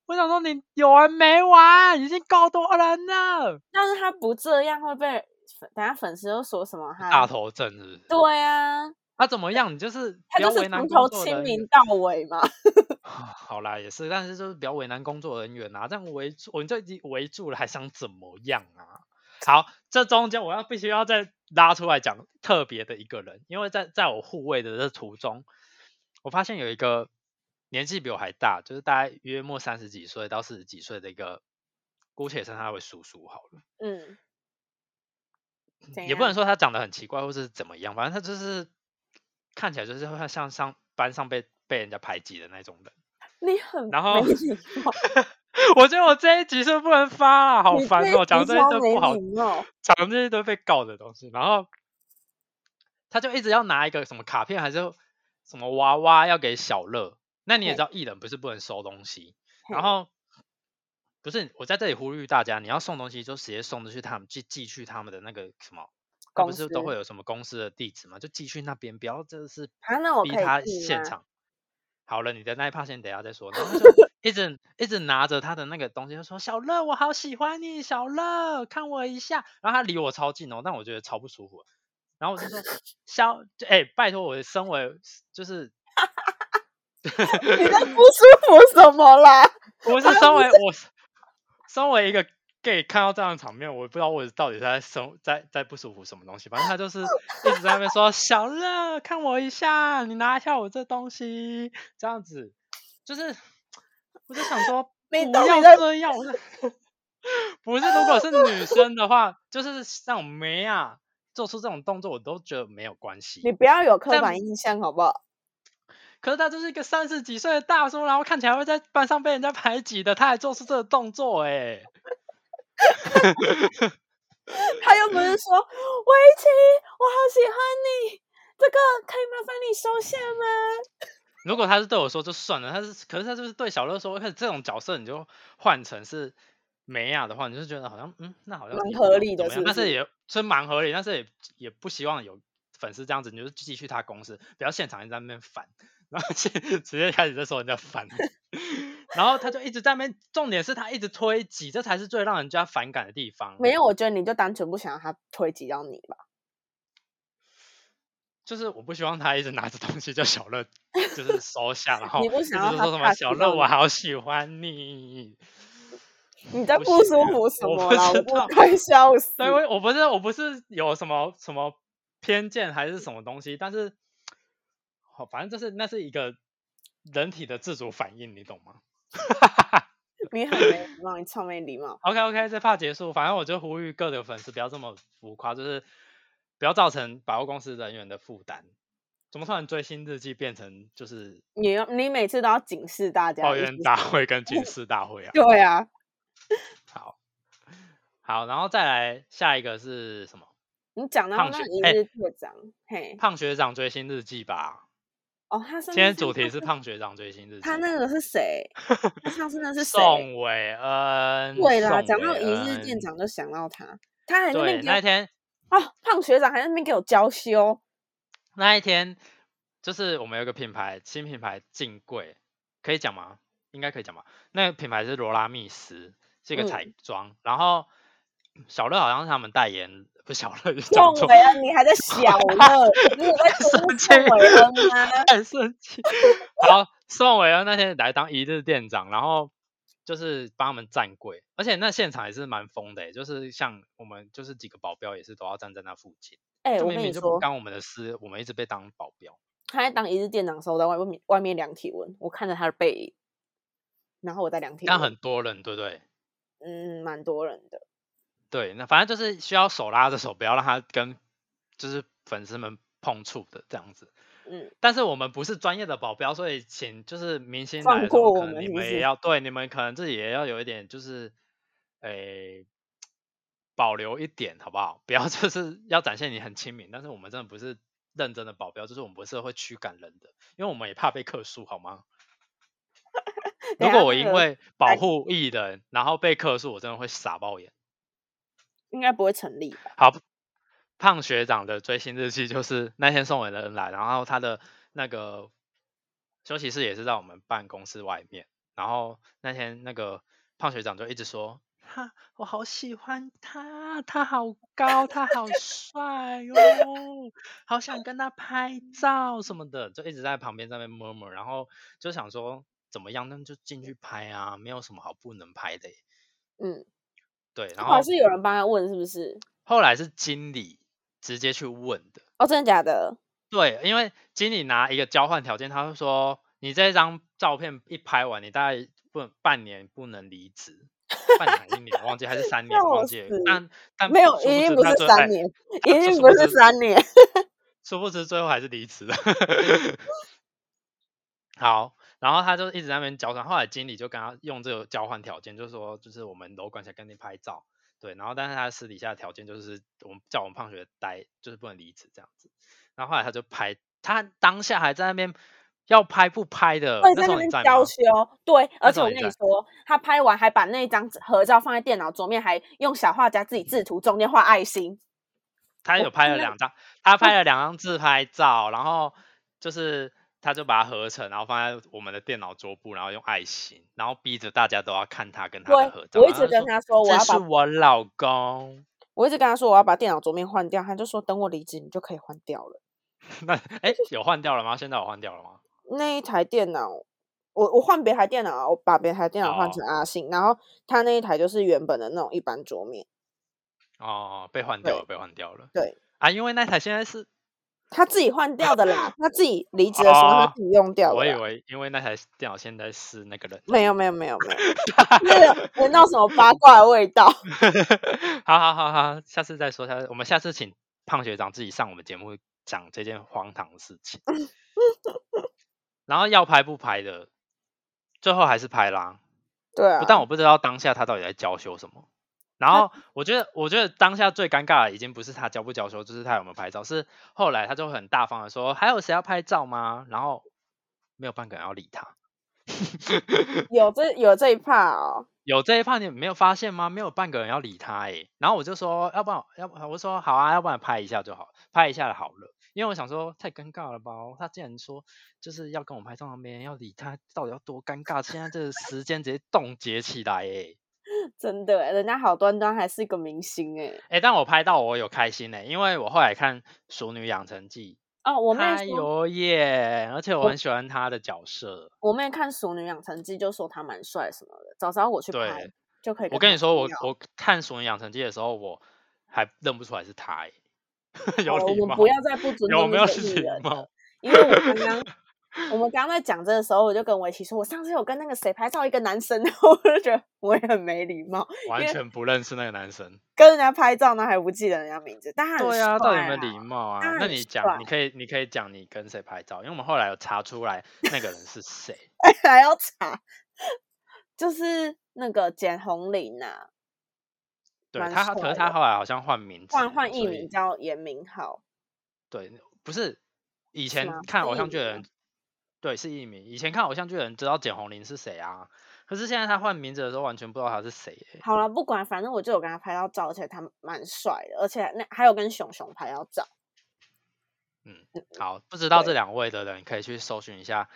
Speaker 2: 我想说你有完没完？已经够多人了，
Speaker 3: 但是他不这样会被粉，等下粉丝又说什么他？
Speaker 2: 大头症是不是？
Speaker 3: 对啊，
Speaker 2: 他、怎么样？你就是
Speaker 3: 他
Speaker 2: 不要
Speaker 3: 就
Speaker 2: 为
Speaker 3: 是
Speaker 2: 难
Speaker 3: 从
Speaker 2: 工
Speaker 3: 头
Speaker 2: 作
Speaker 3: 亲
Speaker 2: 人员
Speaker 3: 民。到尾嘛。
Speaker 2: 好啦，也是，但是就是不要为难工作人员啊，这样围住，我们就已经围住了，还想怎么样啊？好，这中间我要必须要再拉出来讲特别的一个人，因为在在我护卫的这途中，我发现有一个年纪比我还大，就是大概约莫三十几岁到四十几岁的一个，姑且称他为叔叔好了，
Speaker 3: 嗯，怎
Speaker 2: 嗯也不能
Speaker 3: 样
Speaker 2: 说他长得很奇怪或是怎么样，反正他就是看起来就是会像上班上被被人家排挤的那种人。
Speaker 3: 你很
Speaker 2: 然后
Speaker 3: 没礼貌
Speaker 2: 我觉得我这一集是不是不能发了， 好
Speaker 3: 你
Speaker 2: 烦
Speaker 3: 这一
Speaker 2: 哦，讲
Speaker 3: 集
Speaker 2: 这一
Speaker 3: 超
Speaker 2: 堆
Speaker 3: 没
Speaker 2: 不好
Speaker 3: 礼貌，
Speaker 2: 讲这一堆被告的东西。然后他就一直要拿一个什么卡片还是什么娃娃要给小乐。那你也
Speaker 3: 嘿
Speaker 2: 知道，艺人不是不能收东西，
Speaker 3: 嘿
Speaker 2: 然后不是我在这里呼吁大家，你要送东西就直接送出去他们寄寄去他们的那个什么。那不
Speaker 3: 公
Speaker 2: 是都
Speaker 3: 司
Speaker 2: 会有什么公司的地址嘛？就寄去那边，不要真的是
Speaker 3: 啊那我
Speaker 2: 逼
Speaker 3: 可以
Speaker 2: 他
Speaker 3: 寄
Speaker 2: 现
Speaker 3: 吗
Speaker 2: 场。好了，你的那一趴先等一下再说。然后 他就一直一直拿着他的那个东西，就说小乐，我好喜欢你，小乐，看我一下。然后他离我超近哦，但我觉得超不舒服。然后我就说小，哎、拜托，我身为就是
Speaker 3: 你 在不舒服什么啦？
Speaker 2: 我是身为我是身为一个 gay 看到这样的场面，我不知道我到底在生在在不舒服什么东西。反正他就是一直在那边说 小乐，看我一下，你拿一下我这东西，这样子，就是我就想说
Speaker 3: 没
Speaker 2: 不
Speaker 3: 道理
Speaker 2: 要
Speaker 3: 在
Speaker 2: 这样，我是 不是？如果是女生的话，就是像梅啊做出这种动作，我都觉得没有关系。
Speaker 3: 你不要有刻
Speaker 2: 但
Speaker 3: 板印象好不好？
Speaker 2: 可是他就是一个三十几岁的大叔，然后看起来会在班上被人家排挤的，他还做出这个动作、欸，哎，
Speaker 3: 他又不是说围棋，我好喜欢你，这个可以麻烦你收下吗？
Speaker 2: 如果他是对我说就算了，他是可是他就是对小乐说，可是这种角色你就换成是梅亚的话，你就觉得好像嗯，那好像
Speaker 3: 蛮
Speaker 2: 也
Speaker 3: 合
Speaker 2: 没有
Speaker 3: 理
Speaker 2: 怎
Speaker 3: 的
Speaker 2: 么
Speaker 3: 是
Speaker 2: 样
Speaker 3: 不
Speaker 2: 但是
Speaker 3: 是
Speaker 2: 也是蛮合理，但是也也不希望有粉丝这样子，你就继续他公司，不要现场一直在那边烦， 然后直直接开始在说人家烦， 然后他就一直在那边，重点是他一直推挤，这才是最让人家反感的地方。
Speaker 3: 没有，我觉得你就单纯不想让他推挤到你吧。
Speaker 2: 就是我不希望他一直拿着东西叫小乐，就是收 下，然后
Speaker 3: 你不
Speaker 2: 一直
Speaker 3: 想要
Speaker 2: 就
Speaker 3: 他
Speaker 2: 说什么
Speaker 3: touch
Speaker 2: 小
Speaker 3: 到
Speaker 2: 乐，
Speaker 3: 你
Speaker 2: 我好喜欢你。
Speaker 3: 你在
Speaker 2: 不
Speaker 3: 不
Speaker 2: 行啊
Speaker 3: 舒服什
Speaker 2: 我
Speaker 3: 么
Speaker 2: 不
Speaker 3: 啦？
Speaker 2: 知
Speaker 3: 我
Speaker 2: 道
Speaker 3: 都快笑死！
Speaker 2: 对，我我不是我不是有什么什么偏见还是什么东西，但是好，反正就是那是一个人体的自主反应，你懂吗
Speaker 3: 你很没礼貌，你超没礼貌。
Speaker 2: ？OK OK，这怕结束，反正我就呼吁各个粉丝不要这么浮夸，就是不要造成百货公司人员的负担。怎么突然追星日记变成就是
Speaker 3: 你要你每次都要警示大家
Speaker 2: 抱
Speaker 3: 一
Speaker 2: 怨
Speaker 3: 些
Speaker 2: 大
Speaker 3: 什么
Speaker 2: 会跟警示大会啊？
Speaker 3: 对啊，
Speaker 2: 好，好，然后再来下一个是什么？
Speaker 3: 你讲到
Speaker 2: 胖
Speaker 3: 那
Speaker 2: 学
Speaker 3: 一
Speaker 2: 哎
Speaker 3: 日队长，嘿，
Speaker 2: 胖学长追星日记吧。
Speaker 3: 哦，他
Speaker 2: 今
Speaker 3: 今
Speaker 2: 天主题是，胖学长追星日记。
Speaker 3: 他那个是谁？他上次那是谁？
Speaker 2: 宋伟恩。
Speaker 3: 对啦，
Speaker 2: 宋
Speaker 3: 讲到
Speaker 2: 伟
Speaker 3: 一日店
Speaker 2: 恩，
Speaker 3: 长就想到他，他还在那
Speaker 2: 对，
Speaker 3: 边给我
Speaker 2: 那一天
Speaker 3: 哦，胖学长还在那边给我娇羞，
Speaker 2: 那一天就是我们有个品牌新品牌进柜，可以讲吗？应该可以讲吧。那个品牌是罗拉密斯，是一
Speaker 3: 嗯
Speaker 2: 个彩妆，然后小乐好像是他们代言，不是小乐，
Speaker 3: 宋
Speaker 2: 讲错
Speaker 3: 维恩，你还在小 乐，你有在
Speaker 2: 生
Speaker 3: 说
Speaker 2: 气
Speaker 3: 宋维 恩吗？
Speaker 2: 很生气。好，宋伟啊恩那天来当一日店长，然后就是帮他们站柜，而且那现场也是蛮疯的欸、就是像我们就是几个保镖也是都要站在那附近，
Speaker 3: 哎、
Speaker 2: 就
Speaker 3: 我
Speaker 2: 明
Speaker 3: 跟
Speaker 2: 明
Speaker 3: 你
Speaker 2: 就不
Speaker 3: 说，
Speaker 2: 干我们的事，我们一直被当保镖。
Speaker 3: 他在当一日店长的时候，我在外面外面量体温，我看着他的背影，然后我在量体
Speaker 2: 但
Speaker 3: 温，
Speaker 2: 很多人，对不对？
Speaker 3: 嗯，蛮多人的，
Speaker 2: 对，那反正就是需要手拉着手，不要让他跟就是粉丝们碰触的这样子。
Speaker 3: 嗯，
Speaker 2: 但是我们不是专业的保镖，所以请就是明星
Speaker 3: 放
Speaker 2: 来的时候，
Speaker 3: 过
Speaker 2: 可
Speaker 3: 我
Speaker 2: 能
Speaker 3: 们
Speaker 2: 你
Speaker 3: 是不
Speaker 2: 们也
Speaker 3: 是
Speaker 2: 要对你们可能自己也要有一点就是，诶、保留一点好不好？不要 就是要展现你很亲民，但是我们真的不是认真的保镖，就是我们不是会驱赶人的，因为我们也怕被克诉，好吗？
Speaker 3: 等下
Speaker 2: 如果我
Speaker 3: 那
Speaker 2: 因
Speaker 3: 个
Speaker 2: 为保
Speaker 3: 哎
Speaker 2: 护艺人，然后被克诉，我真的会傻爆眼。
Speaker 3: 应该不会成立吧？
Speaker 2: 好，胖学长的追星日记就是那天宋伟的人来，然后他的那个休息室也是在我们办公室外面，然后那天那个胖学长就一直说。他，我好喜欢他，他好高，他好帅哦，好想跟他拍照什么的，就一直在旁边在那边 murmur，然后就想说怎么样，那就进去拍啊，没有什么好不能拍的耶。
Speaker 3: 嗯，
Speaker 2: 对，然后
Speaker 3: 还是有人帮他问是不是？
Speaker 2: 后来是经理直接去问的，
Speaker 3: 哦，真的假的？
Speaker 2: 对，因为经理拿一个交换条件，他会说你这张照片一拍完，你大概不能半年不能离职，半年还是一年忘记还是三 年
Speaker 3: 笑
Speaker 2: 忘记了
Speaker 3: 死，
Speaker 2: 但但
Speaker 3: 没有，
Speaker 2: 殊
Speaker 3: 一定
Speaker 2: 知
Speaker 3: 不
Speaker 2: 他
Speaker 3: 是
Speaker 2: 最后哎
Speaker 3: 三 年，一
Speaker 2: 就
Speaker 3: 定
Speaker 2: 殊
Speaker 3: 不
Speaker 2: 不
Speaker 3: 是
Speaker 2: 知
Speaker 3: 三年。
Speaker 2: 殊不知最后还是离职了。 好，然后他就一直在那边交换，后来经理就跟他用这个交换条件，就说就是我们楼管想跟你拍照，对，然后但是他私底下的条件就是我们叫我们胖学呆，就是不能离职这样子。然后后来他就拍，他当下还在那边要拍不拍的，
Speaker 3: 会
Speaker 2: 那
Speaker 3: 在
Speaker 2: 时
Speaker 3: 那
Speaker 2: 候
Speaker 3: 边
Speaker 2: 你
Speaker 3: 哦
Speaker 2: 在吗
Speaker 3: 娇羞，对，
Speaker 2: 那
Speaker 3: 而
Speaker 2: 时
Speaker 3: 且
Speaker 2: 候
Speaker 3: 我
Speaker 2: 你
Speaker 3: 跟你
Speaker 2: 在
Speaker 3: 说，他拍完还把那一张合照放在电脑桌面，还用小画家自己制图，中间画爱心。
Speaker 2: 他
Speaker 3: 我
Speaker 2: 有拍
Speaker 3: 看
Speaker 2: 了
Speaker 3: 到
Speaker 2: 两张，他拍了两张自拍照，然后就是他就把它合成，然后放在我们的电脑桌布，然后用爱心，然后逼着大家都要看他跟他的合照。
Speaker 3: 对，我一
Speaker 2: 然
Speaker 3: 直
Speaker 2: 后
Speaker 3: 跟他说我
Speaker 2: 这
Speaker 3: 要
Speaker 2: 是
Speaker 3: 把，
Speaker 2: 我老公。
Speaker 3: 我一直跟他说我要把电脑桌面换掉，他就说等我离职你就可以换掉了。
Speaker 2: 那哎、有换掉了吗？现在有换掉了吗？
Speaker 3: 那一台电脑，我我换别台电脑，啊我把别台电脑换
Speaker 2: 哦
Speaker 3: 成阿信，然后他那一台就是原本的那种一般桌面。
Speaker 2: 哦，被换掉
Speaker 3: 对
Speaker 2: 了，被换掉了。
Speaker 3: 对
Speaker 2: 啊，因为那台现在是，
Speaker 3: 他自己换掉的 啦，他自己离职的时候他
Speaker 2: 哦
Speaker 3: 自己用掉
Speaker 2: 我
Speaker 3: 的
Speaker 2: 以
Speaker 3: 啦。
Speaker 2: 为因为那台电脑现在是那个人。
Speaker 3: 没有没有没有没 有，那个闻到什么八卦的味道？
Speaker 2: 好好好好，下次再说。下次我们下次请胖学长自己上我们节目讲这件荒唐的事情。然后要拍不拍的，最后还是拍啦。
Speaker 3: 对啊
Speaker 2: 不，但我不知道当下他到底在娇羞什么。然
Speaker 3: 他
Speaker 2: 后我觉得，我觉得当下最尴尬的已经不是他娇不娇羞，就是他有没有拍照，是后来他就很大方的说：“还有谁要拍照吗？”然后没有半个人要理他。
Speaker 3: 有这有这一趴哦，
Speaker 2: 有这一趴你没有发现吗？没有半个人要理他哎、然后我就说，要不然要不我说好啊，要不然拍一下就好，拍一下好了。因为我想说太尴尬了吧，哦他竟然说就是要跟我拍照，没人要理他，到底要多尴尬？现在这个时间直接冻结起来哎、欸、
Speaker 3: 真的耶，欸人家好端端还是个明星哎。
Speaker 2: 哎、但我拍到我有开心哎、因为我后来看《熟女养成记
Speaker 3: 哦，》，我妹
Speaker 2: 她
Speaker 3: 说，
Speaker 2: 有耶，而且我
Speaker 3: 我
Speaker 2: 很喜欢她的角色。
Speaker 3: 我妹看《熟女养成记》就说他蛮帅什么的，早知道我去拍
Speaker 2: 对
Speaker 3: 就可以。
Speaker 2: 我跟你说，我我看《熟女养成记》的时候，我还认不出来是她哎、 有
Speaker 3: 好了
Speaker 2: 礼
Speaker 3: 哦我们
Speaker 2: 貌
Speaker 3: 不要再不尊
Speaker 2: 有
Speaker 3: 重
Speaker 2: 没有
Speaker 3: 这些艺
Speaker 2: 礼
Speaker 3: 人了
Speaker 2: 貌？
Speaker 3: 因为我刚 刚我们刚刚在讲这的时候，我就跟维奇说，我上次有跟那个谁拍照，一个男生，然 后我就觉得我也很没礼貌，
Speaker 2: 完
Speaker 3: 因为
Speaker 2: 全不认识那个男生。
Speaker 3: 跟人家拍照呢还不记得人家名字，但他很
Speaker 2: 对啊，到底有
Speaker 3: 帅
Speaker 2: 没
Speaker 3: 啊
Speaker 2: 有礼貌
Speaker 3: 他
Speaker 2: 啊？那
Speaker 3: 很
Speaker 2: 你讲，你
Speaker 3: 帅
Speaker 2: 可以，你可以讲你跟谁拍照，因为我们后来有查出来那个人是谁。
Speaker 3: 啊还要查，就是那个简啊红林呐、
Speaker 2: 对
Speaker 3: 蛮
Speaker 2: 他，可
Speaker 3: 帅
Speaker 2: 是他
Speaker 3: 的
Speaker 2: 后来好像换名字了，
Speaker 3: 换换艺
Speaker 2: 所
Speaker 3: 名
Speaker 2: 以。
Speaker 3: 叫严明浩，
Speaker 2: 对，不是以
Speaker 3: 是
Speaker 2: 前
Speaker 3: 吗
Speaker 2: 看
Speaker 3: 是
Speaker 2: 偶
Speaker 3: 艺
Speaker 2: 像剧
Speaker 3: 名
Speaker 2: 的
Speaker 3: 吗
Speaker 2: 人，对，是艺名。以前看偶像剧的人知道简红林是谁啊，可是现在他换名字的时候，完全不知道他是谁欸、
Speaker 3: 好了，不管，反正我就有跟他拍到照，而且他蛮帅的，而且那还有跟熊熊拍到照。
Speaker 2: 嗯，好，不知道
Speaker 3: 对
Speaker 2: 这两位的人可以去搜寻一下，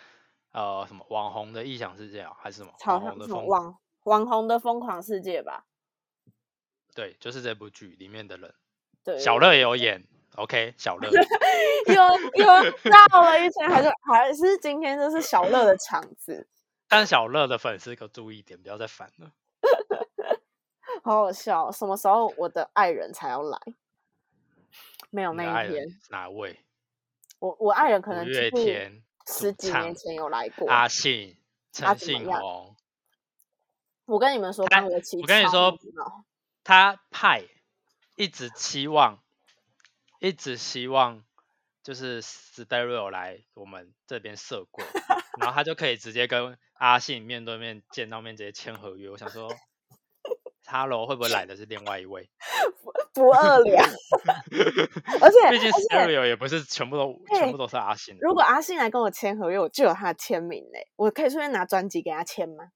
Speaker 2: 呃，什么网红的异想世界啊，还是什么
Speaker 3: 好
Speaker 2: 网
Speaker 3: 像
Speaker 2: 红
Speaker 3: 是
Speaker 2: 的
Speaker 3: 什么
Speaker 2: 风
Speaker 3: 网网红的疯狂世界吧？
Speaker 2: 对，就是这部剧里面的人，
Speaker 3: 对，
Speaker 2: 小乐也有演。OK，小乐
Speaker 3: 又又绕了一圈，还是还是今天就是小乐的场子，
Speaker 2: 但小乐的粉丝可注意一点，不要再烦了。
Speaker 3: 好好笑哦。什么时候我的爱人才要来？没有
Speaker 2: 你的
Speaker 3: 那
Speaker 2: 爱
Speaker 3: 一天，
Speaker 2: 人是哪位？
Speaker 3: 我我爱人可
Speaker 2: 五
Speaker 3: 能
Speaker 2: 月
Speaker 3: 就是
Speaker 2: 天、
Speaker 3: 十
Speaker 2: 主
Speaker 3: 几
Speaker 2: 唱
Speaker 3: 年前有来过。
Speaker 2: 阿信、
Speaker 3: 啊怎
Speaker 2: 陈
Speaker 3: 么
Speaker 2: 信
Speaker 3: 样
Speaker 2: 宏。
Speaker 3: 我跟你们说，
Speaker 2: 他
Speaker 3: 刚维奇，
Speaker 2: 我跟你说，他派一直期望，一直希望就是 Stereo 来我们这 边设柜，然后他就可以直接跟阿信面对面见到面，直接签合约。我想说，Hello 会不会来的是另外一位？
Speaker 3: 不二两，而且
Speaker 2: 毕竟
Speaker 3: 而且
Speaker 2: Stereo 也不是全部都
Speaker 3: 对
Speaker 2: 全部都是阿信的。
Speaker 3: 如果阿信来跟我签合约，我就有他的签名嘞、我可以顺便拿专辑给他签吗？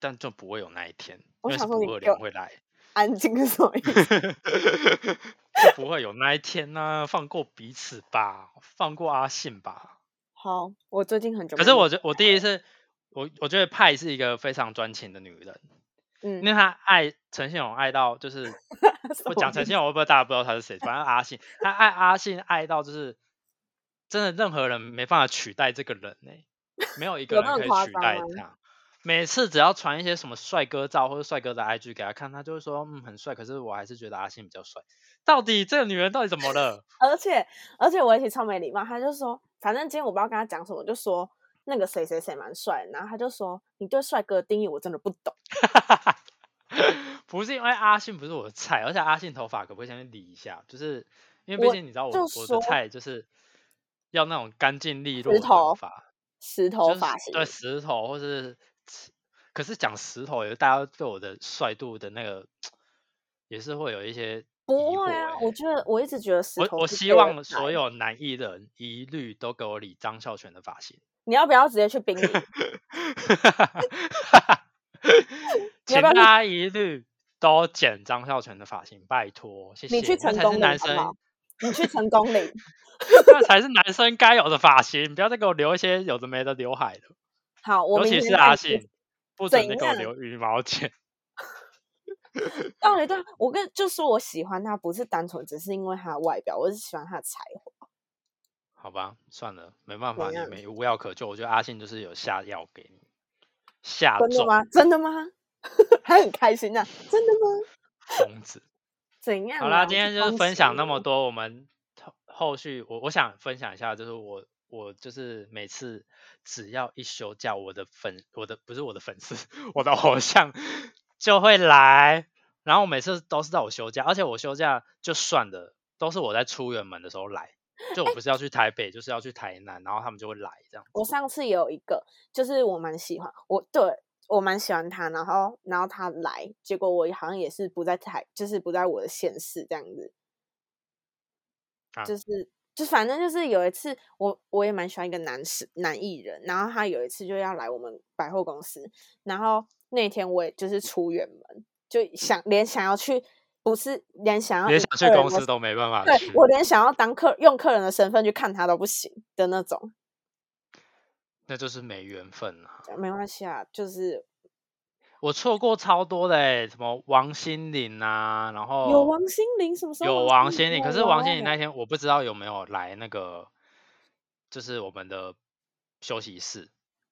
Speaker 2: 但就不会有那一天，
Speaker 3: 我
Speaker 2: 因为是
Speaker 3: 想说
Speaker 2: 不
Speaker 3: 你
Speaker 2: 二
Speaker 3: 给我
Speaker 2: 零会 来，
Speaker 3: 安静是什么意思？
Speaker 2: 就不会有那一天呢、放过彼此吧，放过阿信吧。
Speaker 3: 好，我最近很久没
Speaker 2: 可
Speaker 3: 有。
Speaker 2: 是我觉我第一次，我我觉得派是一个非常专情的女人，因
Speaker 3: 嗯，
Speaker 2: 为她爱陈信宏爱到 就是，我讲陈信宏会不会大家不知道他是谁？反正阿信，她爱阿信爱到就是，真的任何人没办法取代这个人呢、没有一个
Speaker 3: 有
Speaker 2: 人
Speaker 3: 那么
Speaker 2: 可以
Speaker 3: 夸
Speaker 2: 取
Speaker 3: 张
Speaker 2: 代
Speaker 3: 吗
Speaker 2: 他。每次只要传一些什么帅哥照或者帅哥的 IG 给他看，他就会说嗯很帅，可是我还是觉得阿信比较帅。到底这个女人到底怎么了？
Speaker 3: 而且而且我一起超没礼貌，他就说，反正今天我不知道跟他讲什么，我就说那个谁谁谁蛮帅的，然后他就说你对帅哥的定义我真的不懂。
Speaker 2: 不是因为阿信不是我的菜， 而且阿信头发可不可以先理一下？就是因为
Speaker 3: 我
Speaker 2: 毕竟你知道我
Speaker 3: 就
Speaker 2: 我
Speaker 3: 说
Speaker 2: 的菜就是要那种干净利落
Speaker 3: 石
Speaker 2: 的
Speaker 3: 头
Speaker 2: 头发，
Speaker 3: 石
Speaker 2: 就
Speaker 3: 头
Speaker 2: 是
Speaker 3: 发型，
Speaker 2: 对石头或是，可是讲石头也是大家对我的帅度的那个也是会有一些
Speaker 3: 不
Speaker 2: 疑
Speaker 3: 会
Speaker 2: 惑
Speaker 3: 啊，
Speaker 2: 欸
Speaker 3: 我觉得我一直觉得石
Speaker 2: 我
Speaker 3: 头
Speaker 2: 我
Speaker 3: 是
Speaker 2: 希
Speaker 3: 被人
Speaker 2: 望
Speaker 3: 踩
Speaker 2: 所有男艺人一律都给我理张孝全的发型，
Speaker 3: 你要不要直接 去冰里？
Speaker 2: 请
Speaker 3: 不要
Speaker 2: 大
Speaker 3: 去
Speaker 2: 家一律都剪张孝全的发型，拜托，谢谢。
Speaker 3: 你去
Speaker 2: 那
Speaker 3: 成
Speaker 2: 才
Speaker 3: 功
Speaker 2: 是
Speaker 3: 岭
Speaker 2: 男
Speaker 3: 好不好
Speaker 2: 生，
Speaker 3: 你去成功岭，
Speaker 2: 那才是男生该有的发型，不要再给我留一些有的没的刘海了，
Speaker 3: 好，我
Speaker 2: 尤
Speaker 3: 明
Speaker 2: 其
Speaker 3: 天
Speaker 2: 是
Speaker 3: 带
Speaker 2: 阿
Speaker 3: 你去
Speaker 2: 信，不准
Speaker 3: 怎
Speaker 2: 再给我
Speaker 3: 样
Speaker 2: 留羽毛剪。
Speaker 3: 道理对啊，我跟就说我喜欢他，不是单纯只是因为他的外表，我是喜欢他的才华。
Speaker 2: 好吧，算了，没办
Speaker 3: 怎
Speaker 2: 法，你
Speaker 3: 样
Speaker 2: 没无药可救。我觉得阿信就是有下药给你，下
Speaker 3: 真的
Speaker 2: 种
Speaker 3: 吗？真的吗？ 还很开心呢、真的吗？
Speaker 2: 疯子。
Speaker 3: 怎样啊？
Speaker 2: 好啦，
Speaker 3: 我
Speaker 2: 今天就是
Speaker 3: 恭
Speaker 2: 分
Speaker 3: 喜
Speaker 2: 享那么
Speaker 3: 你，
Speaker 2: 多，我们后后续我我想分享一下，就是我我就是每次只要一休假，我的粉我的不是我的粉丝，我的偶像就会来，然后我每次都是在我休假，而且我休假就算了，都是我在出远门的时候来，就
Speaker 3: 哎
Speaker 2: 我不是要去台北，就是要去台南，然后他们就会来这样。
Speaker 3: 我上次有一个，就是我蛮喜欢，我对我蛮喜欢他，然后然后他来，结果我好像也是不在台，就是不在我的县市这样子，
Speaker 2: 啊
Speaker 3: 就是。就反正就是有一次我，我也蛮喜欢一个男士男艺人，然后他有一次就要来我们百货公司，然后那天我也就是出远门，就想连想要去，不是连想要
Speaker 2: 连
Speaker 3: 以
Speaker 2: 想
Speaker 3: 客
Speaker 2: 去
Speaker 3: 人
Speaker 2: 公
Speaker 3: 的
Speaker 2: 司都没办法去
Speaker 3: 对，我连想要当客用客人的身份去看他都不行的那种，
Speaker 2: 那就是没缘分啊。
Speaker 3: 没关系啊，就是
Speaker 2: 我错过超多的、欸，什么王心凌啊，然后
Speaker 3: 有王心凌什么时候
Speaker 2: 有
Speaker 3: 王
Speaker 2: 王
Speaker 3: 心
Speaker 2: 心
Speaker 3: 凌哦
Speaker 2: 凌，
Speaker 3: 有啊
Speaker 2: 可是
Speaker 3: 我
Speaker 2: 王
Speaker 3: 要
Speaker 2: 心凌
Speaker 3: 来
Speaker 2: 那天我不知道有没有来那个，就是我们的休息室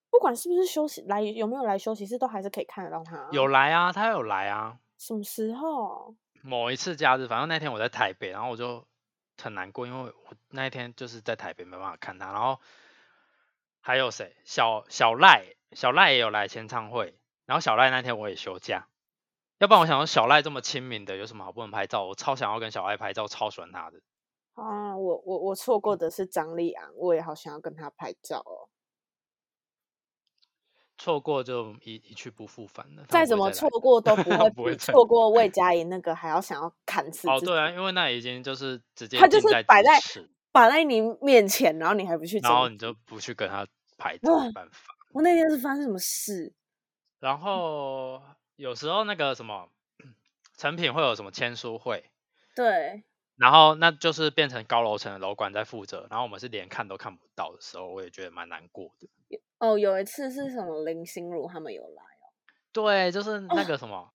Speaker 3: 不管是不是休息来有没有来休息室，都还是可以看得到他啊。
Speaker 2: 有来啊，他有来啊。
Speaker 3: 什么时候？
Speaker 2: 某一次假日，反正那天我在台北，然后我就很难过，因为我那一天就是在台北没办法看他。然后还有谁？小小赖，小赖也有来签唱会，然后小赖那天我也休假。要不然我想说小赖这么亲民的，有什么好不能拍照？我超想要跟小赖拍照，超喜欢他的。
Speaker 3: 啊，我我我错过的是张丽昂，我也好想要跟他拍照哦。
Speaker 2: 错过就一一去不复返了。他
Speaker 3: 再
Speaker 2: 不
Speaker 3: 怎
Speaker 2: 会
Speaker 3: 么
Speaker 2: 来
Speaker 3: 错过都 不
Speaker 2: 他
Speaker 3: 会比
Speaker 2: 不会再
Speaker 3: 错过 魏佳莹那个还要想要砍死
Speaker 2: 哦，
Speaker 3: 自
Speaker 2: 对啊，
Speaker 3: 己
Speaker 2: 因为那已经就是直接
Speaker 3: 他就
Speaker 2: 近
Speaker 3: 是
Speaker 2: 在
Speaker 3: 摆
Speaker 2: 咫
Speaker 3: 在
Speaker 2: 尺
Speaker 3: 摆在你面前，然后你还不去珍
Speaker 2: 然后
Speaker 3: 惜
Speaker 2: 你就不去跟他拍照，没办法。
Speaker 3: 我那天是发生什么事？
Speaker 2: 然后有时候那个什么成品会有什么签书会，
Speaker 3: 对，
Speaker 2: 然后那就是变成高楼层的楼管在负责，然后我们是连看都看不到的时候，我也觉得蛮难过的。
Speaker 3: 哦，有一次是什么林心如他们有来，
Speaker 2: 对，就是那个什么，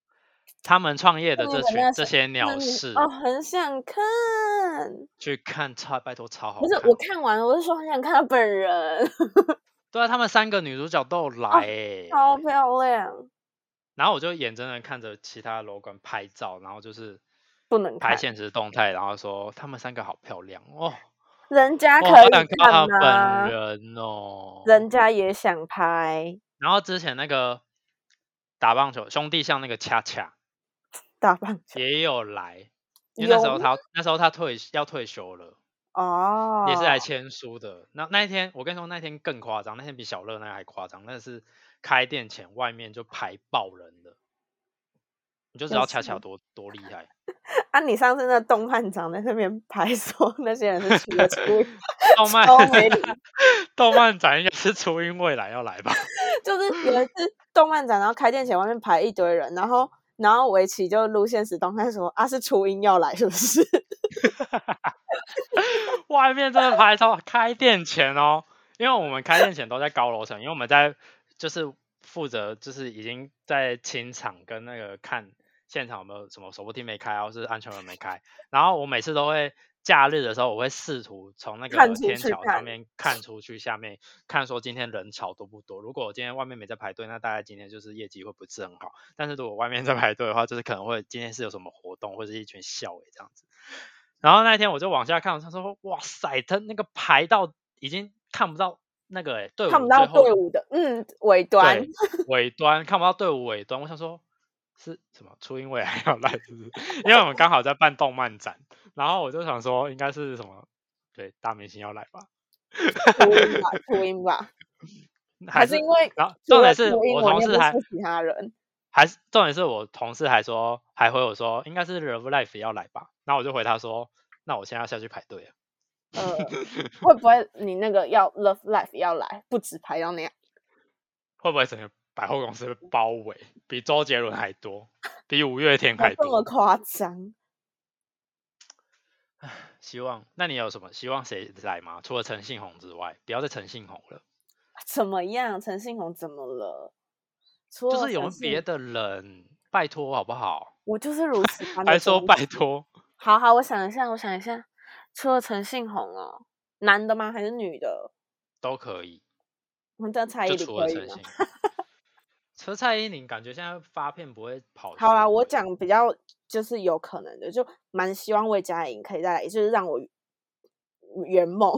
Speaker 2: 他们创业的
Speaker 3: 那
Speaker 2: 这
Speaker 3: 个
Speaker 2: 群
Speaker 3: 那
Speaker 2: 这
Speaker 3: 是
Speaker 2: 些
Speaker 3: 那
Speaker 2: 鸟
Speaker 3: 你
Speaker 2: 事，
Speaker 3: 哦，很想看。
Speaker 2: 去看超拜托超好
Speaker 3: 不
Speaker 2: 看。
Speaker 3: 是我看完了，我是说很想看她本 人，
Speaker 2: 对啊，他们三个女主角都有来、欸，
Speaker 3: 哦超漂亮，
Speaker 2: 然后我就眼睁睁地看着其他楼管拍照，然后就是
Speaker 3: 不能
Speaker 2: 拍
Speaker 3: 看
Speaker 2: 现实动态，然后说他们三个好漂亮哦，
Speaker 3: 人家
Speaker 2: 我
Speaker 3: 可
Speaker 2: 好
Speaker 3: 以
Speaker 2: 想看到哦他
Speaker 3: 看吗
Speaker 2: 本？人哦。
Speaker 3: 人家也想拍
Speaker 2: 然后之前那个打棒球兄弟像那个恰恰
Speaker 3: 大棒球
Speaker 2: 也有来，因为那时候
Speaker 3: 有
Speaker 2: 他那时候他退要退休了，
Speaker 3: 哦，
Speaker 2: 也是来签书的。那那一天我跟你说，那天更夸张，那天比小乐那个还夸张，那是开店前外面就排爆人了，你就知
Speaker 3: 有
Speaker 2: 道恰
Speaker 3: 事
Speaker 2: 恰
Speaker 3: 吗
Speaker 2: 多多厉 害。
Speaker 3: 啊！你上次那动漫长在那边拍 说那些人是去了出，
Speaker 2: 动漫
Speaker 3: 超没礼
Speaker 2: 动漫展应该是初音未来要来吧？
Speaker 3: 就是有一次动漫展，然后开店前外面排一堆人，然后然后围棋就录现实动态说啊是初音要来是不是？
Speaker 2: 外面真的排超开店前哦，因为我们开店前都在高楼层，因为我们在就是负责就是已经在清场跟那个看现场有没有什么手扶梯没开啊，或是安全门没开，然后我每次都会。假日的时候，我会试图从那
Speaker 3: 看
Speaker 2: 个
Speaker 3: 出
Speaker 2: 天
Speaker 3: 去
Speaker 2: 桥
Speaker 3: 看
Speaker 2: 上面看出去下面，看说今天人潮多不多。如果我今天外面没在排队，那大概今天就是业绩会不是很好。但是如果外面在排队的话，就是可能会今天是有什么活动，或者是一群校委这样子。然后那一天我就往下看，他说：“哇塞，他那个排到已经看不到那个、欸、队伍
Speaker 3: 看不到
Speaker 2: 最后
Speaker 3: 队伍的嗯尾端
Speaker 2: 对尾端，看不到队伍尾端。”我想说。是什么？初音未来要来是不是？ 因为我们刚好在办动漫展，然后我就想说，应该是什么？对，大明星要来吧？
Speaker 3: 初音吧初音吧，还是因为
Speaker 2: 然后
Speaker 3: 除
Speaker 2: 重
Speaker 3: 了
Speaker 2: 点是
Speaker 3: 初音
Speaker 2: 我
Speaker 3: 我
Speaker 2: 同
Speaker 3: 念
Speaker 2: 事
Speaker 3: 不
Speaker 2: 还
Speaker 3: 出其他人
Speaker 2: 还是重点是我同事还说还回我说应该是 Love Life 要来吧，然后我就回他说，那我现在要下去排队了。
Speaker 3: 呃，会不会你那个要 Love Life 要来，不止排到那样？
Speaker 2: 会不会整个百货公司被包围，比周杰伦还多，比五月天还
Speaker 3: 哦这么
Speaker 2: 多？
Speaker 3: 夸张？
Speaker 2: 希望，那你有什么希望谁来吗？除了陈信宏之外，不要再陈信宏了，
Speaker 3: 怎么样？陈信宏怎么了？除了
Speaker 2: 就是有没有
Speaker 3: 陈信
Speaker 2: 别，的人，拜托好不好？
Speaker 3: 我就是如此般的
Speaker 2: 还说
Speaker 3: 忠
Speaker 2: 拜
Speaker 3: 实
Speaker 2: 托，
Speaker 3: 好好，我想一下，我想一下，除了陈信宏哦，男的吗？还是女的？
Speaker 2: 都可以，
Speaker 3: 我们的蔡依
Speaker 2: 就
Speaker 3: 林
Speaker 2: 除了
Speaker 3: 可以啊
Speaker 2: 陈
Speaker 3: 吗
Speaker 2: 信？宏。 除了蔡依林，感觉现在发片不会跑。
Speaker 3: 好啦，我，讲比较就是有可能的，就蛮希望魏佳莹可以再来，就是让我圆梦。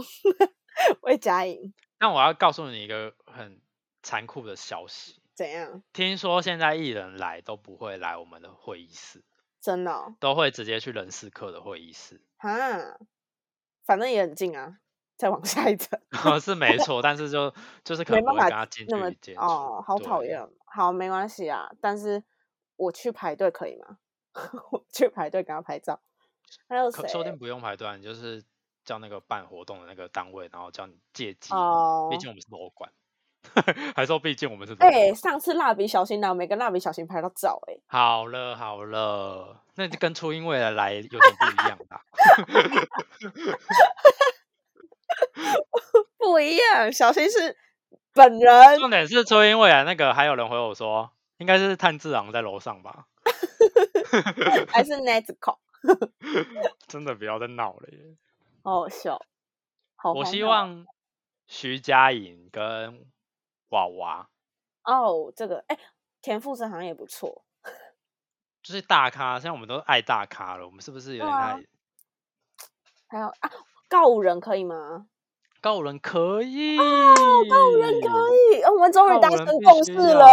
Speaker 3: 魏佳莹
Speaker 2: 那我要告诉你一个很残酷的消息，
Speaker 3: 怎样？
Speaker 2: 听说现在艺人来都不会来我们的会议室，
Speaker 3: 真的、哦、
Speaker 2: 都会直接去人事课的会议室。
Speaker 3: 哈，反正也很近啊。再往下一层，
Speaker 2: 是没错，但是就就是可
Speaker 3: 没
Speaker 2: 能
Speaker 3: 办
Speaker 2: 不会跟
Speaker 3: 法
Speaker 2: 他近距
Speaker 3: 那么
Speaker 2: 离接触。
Speaker 3: 哦，好讨
Speaker 2: 对
Speaker 3: 厌。哦。好，没关系啊，但是我去排队可以吗？ 我去排队跟他拍照。还有谁
Speaker 2: 可？说不定不用排队啊，你就是叫那个办活动的那个单位，然后叫你借机。
Speaker 3: 哦
Speaker 2: 毕，竟我们是楼管， 还说毕竟我们是楼管。
Speaker 3: 哎、上次蜡笔小新呢，我没跟蜡笔小新拍到照、欸，哎，
Speaker 2: 好了好了，那就跟初音未来来有什么不一样 吧？
Speaker 3: 不一样，小新是本 人，
Speaker 2: 重点是初音未来那个，还有人回我说，应该是炭治郎在楼上吧？
Speaker 3: 还是 Nezuko，
Speaker 2: 真的不要再闹了耶！
Speaker 3: 好好笑，好荒谬哦。
Speaker 2: 我希望徐佳莹跟娃娃，
Speaker 3: 哦，这个哎、田馥甄好像也不错，
Speaker 2: 就是大咖，现在我们都爱大咖了，我们是不是有
Speaker 3: 对
Speaker 2: 点
Speaker 3: 啊
Speaker 2: 太？
Speaker 3: 还有啊，告五人可以
Speaker 2: 嗯
Speaker 3: 吗？
Speaker 2: 告人可以，告
Speaker 3: 五哦人可以，哦我们终于达成共识了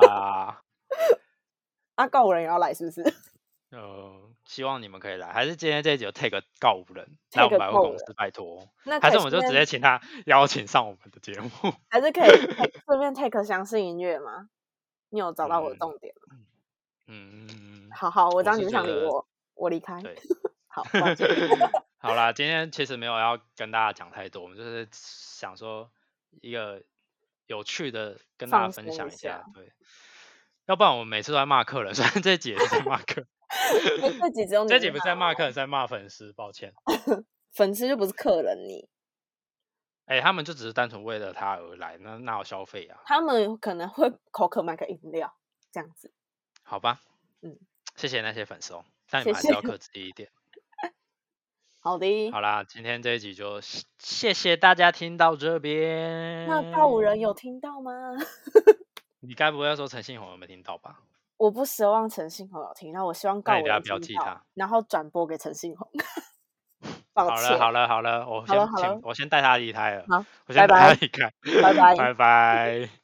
Speaker 2: 啊！
Speaker 3: 啊！告五人也要来是不是？
Speaker 2: 呃，希望你们可以来，还是今天这一集就 take 告五 人，来我
Speaker 3: Take
Speaker 2: 们百货
Speaker 3: 告
Speaker 2: 公
Speaker 3: 人
Speaker 2: 司拜托，
Speaker 3: 那可
Speaker 2: 还是
Speaker 3: 以
Speaker 2: 我们就直
Speaker 3: 顺
Speaker 2: 接
Speaker 3: 便
Speaker 2: 请他邀请上我们的节目。
Speaker 3: 还是可以 take- 顺便 take 相似音乐吗？你有找到我的
Speaker 2: 嗯
Speaker 3: 重点吗？
Speaker 2: 嗯，
Speaker 3: 好好，我
Speaker 2: 我
Speaker 3: 知道
Speaker 2: 是
Speaker 3: 你不
Speaker 2: 觉
Speaker 3: 想理
Speaker 2: 得
Speaker 3: 我，我离开。
Speaker 2: 对。
Speaker 3: 好，抱歉哎
Speaker 2: 好啦，今天其实没有要跟大家讲太多，我们就是想说一个有趣的跟大家
Speaker 3: 放
Speaker 2: 分
Speaker 3: 松
Speaker 2: 享
Speaker 3: 一
Speaker 2: 一下，对。要不然我们每次都在骂客人， 虽然这一集也是在骂 客人，
Speaker 3: 那这集只有你
Speaker 2: 这一集不是
Speaker 3: 骂
Speaker 2: 在骂
Speaker 3: 我
Speaker 2: 客人，是在骂粉丝，抱歉。
Speaker 3: 粉丝，就不是客人你。
Speaker 2: 哎、他们就只是单纯为了他而来，那那我消费啊，
Speaker 3: 他们可能会口渴买个饮料这样子。
Speaker 2: 好吧，
Speaker 3: 嗯，
Speaker 2: 谢谢那些粉丝哦，但你
Speaker 3: 谢
Speaker 2: 们还是要
Speaker 3: 谢
Speaker 2: 克制一 点。
Speaker 3: 好的，
Speaker 2: 好啦，今天这一集就谢谢谢大家听到这边。
Speaker 3: 那告五人，有听到吗？
Speaker 2: 你该不会要说陈信宏有没有听到吧？
Speaker 3: 我不奢望陈信宏有听到，我希望告
Speaker 2: 那你
Speaker 3: 五
Speaker 2: 等下
Speaker 3: 人
Speaker 2: 标
Speaker 3: 听
Speaker 2: 记
Speaker 3: 到
Speaker 2: 他，
Speaker 3: 然后转播给陈信 宏。抱
Speaker 2: 好
Speaker 3: 歉，
Speaker 2: 了好了好了，我
Speaker 3: 好了
Speaker 2: 先
Speaker 3: 好了
Speaker 2: 请我先带他离开了，
Speaker 3: 好
Speaker 2: 我先带
Speaker 3: 拜
Speaker 2: 他
Speaker 3: 拜
Speaker 2: 离开，
Speaker 3: 拜拜
Speaker 2: 拜拜。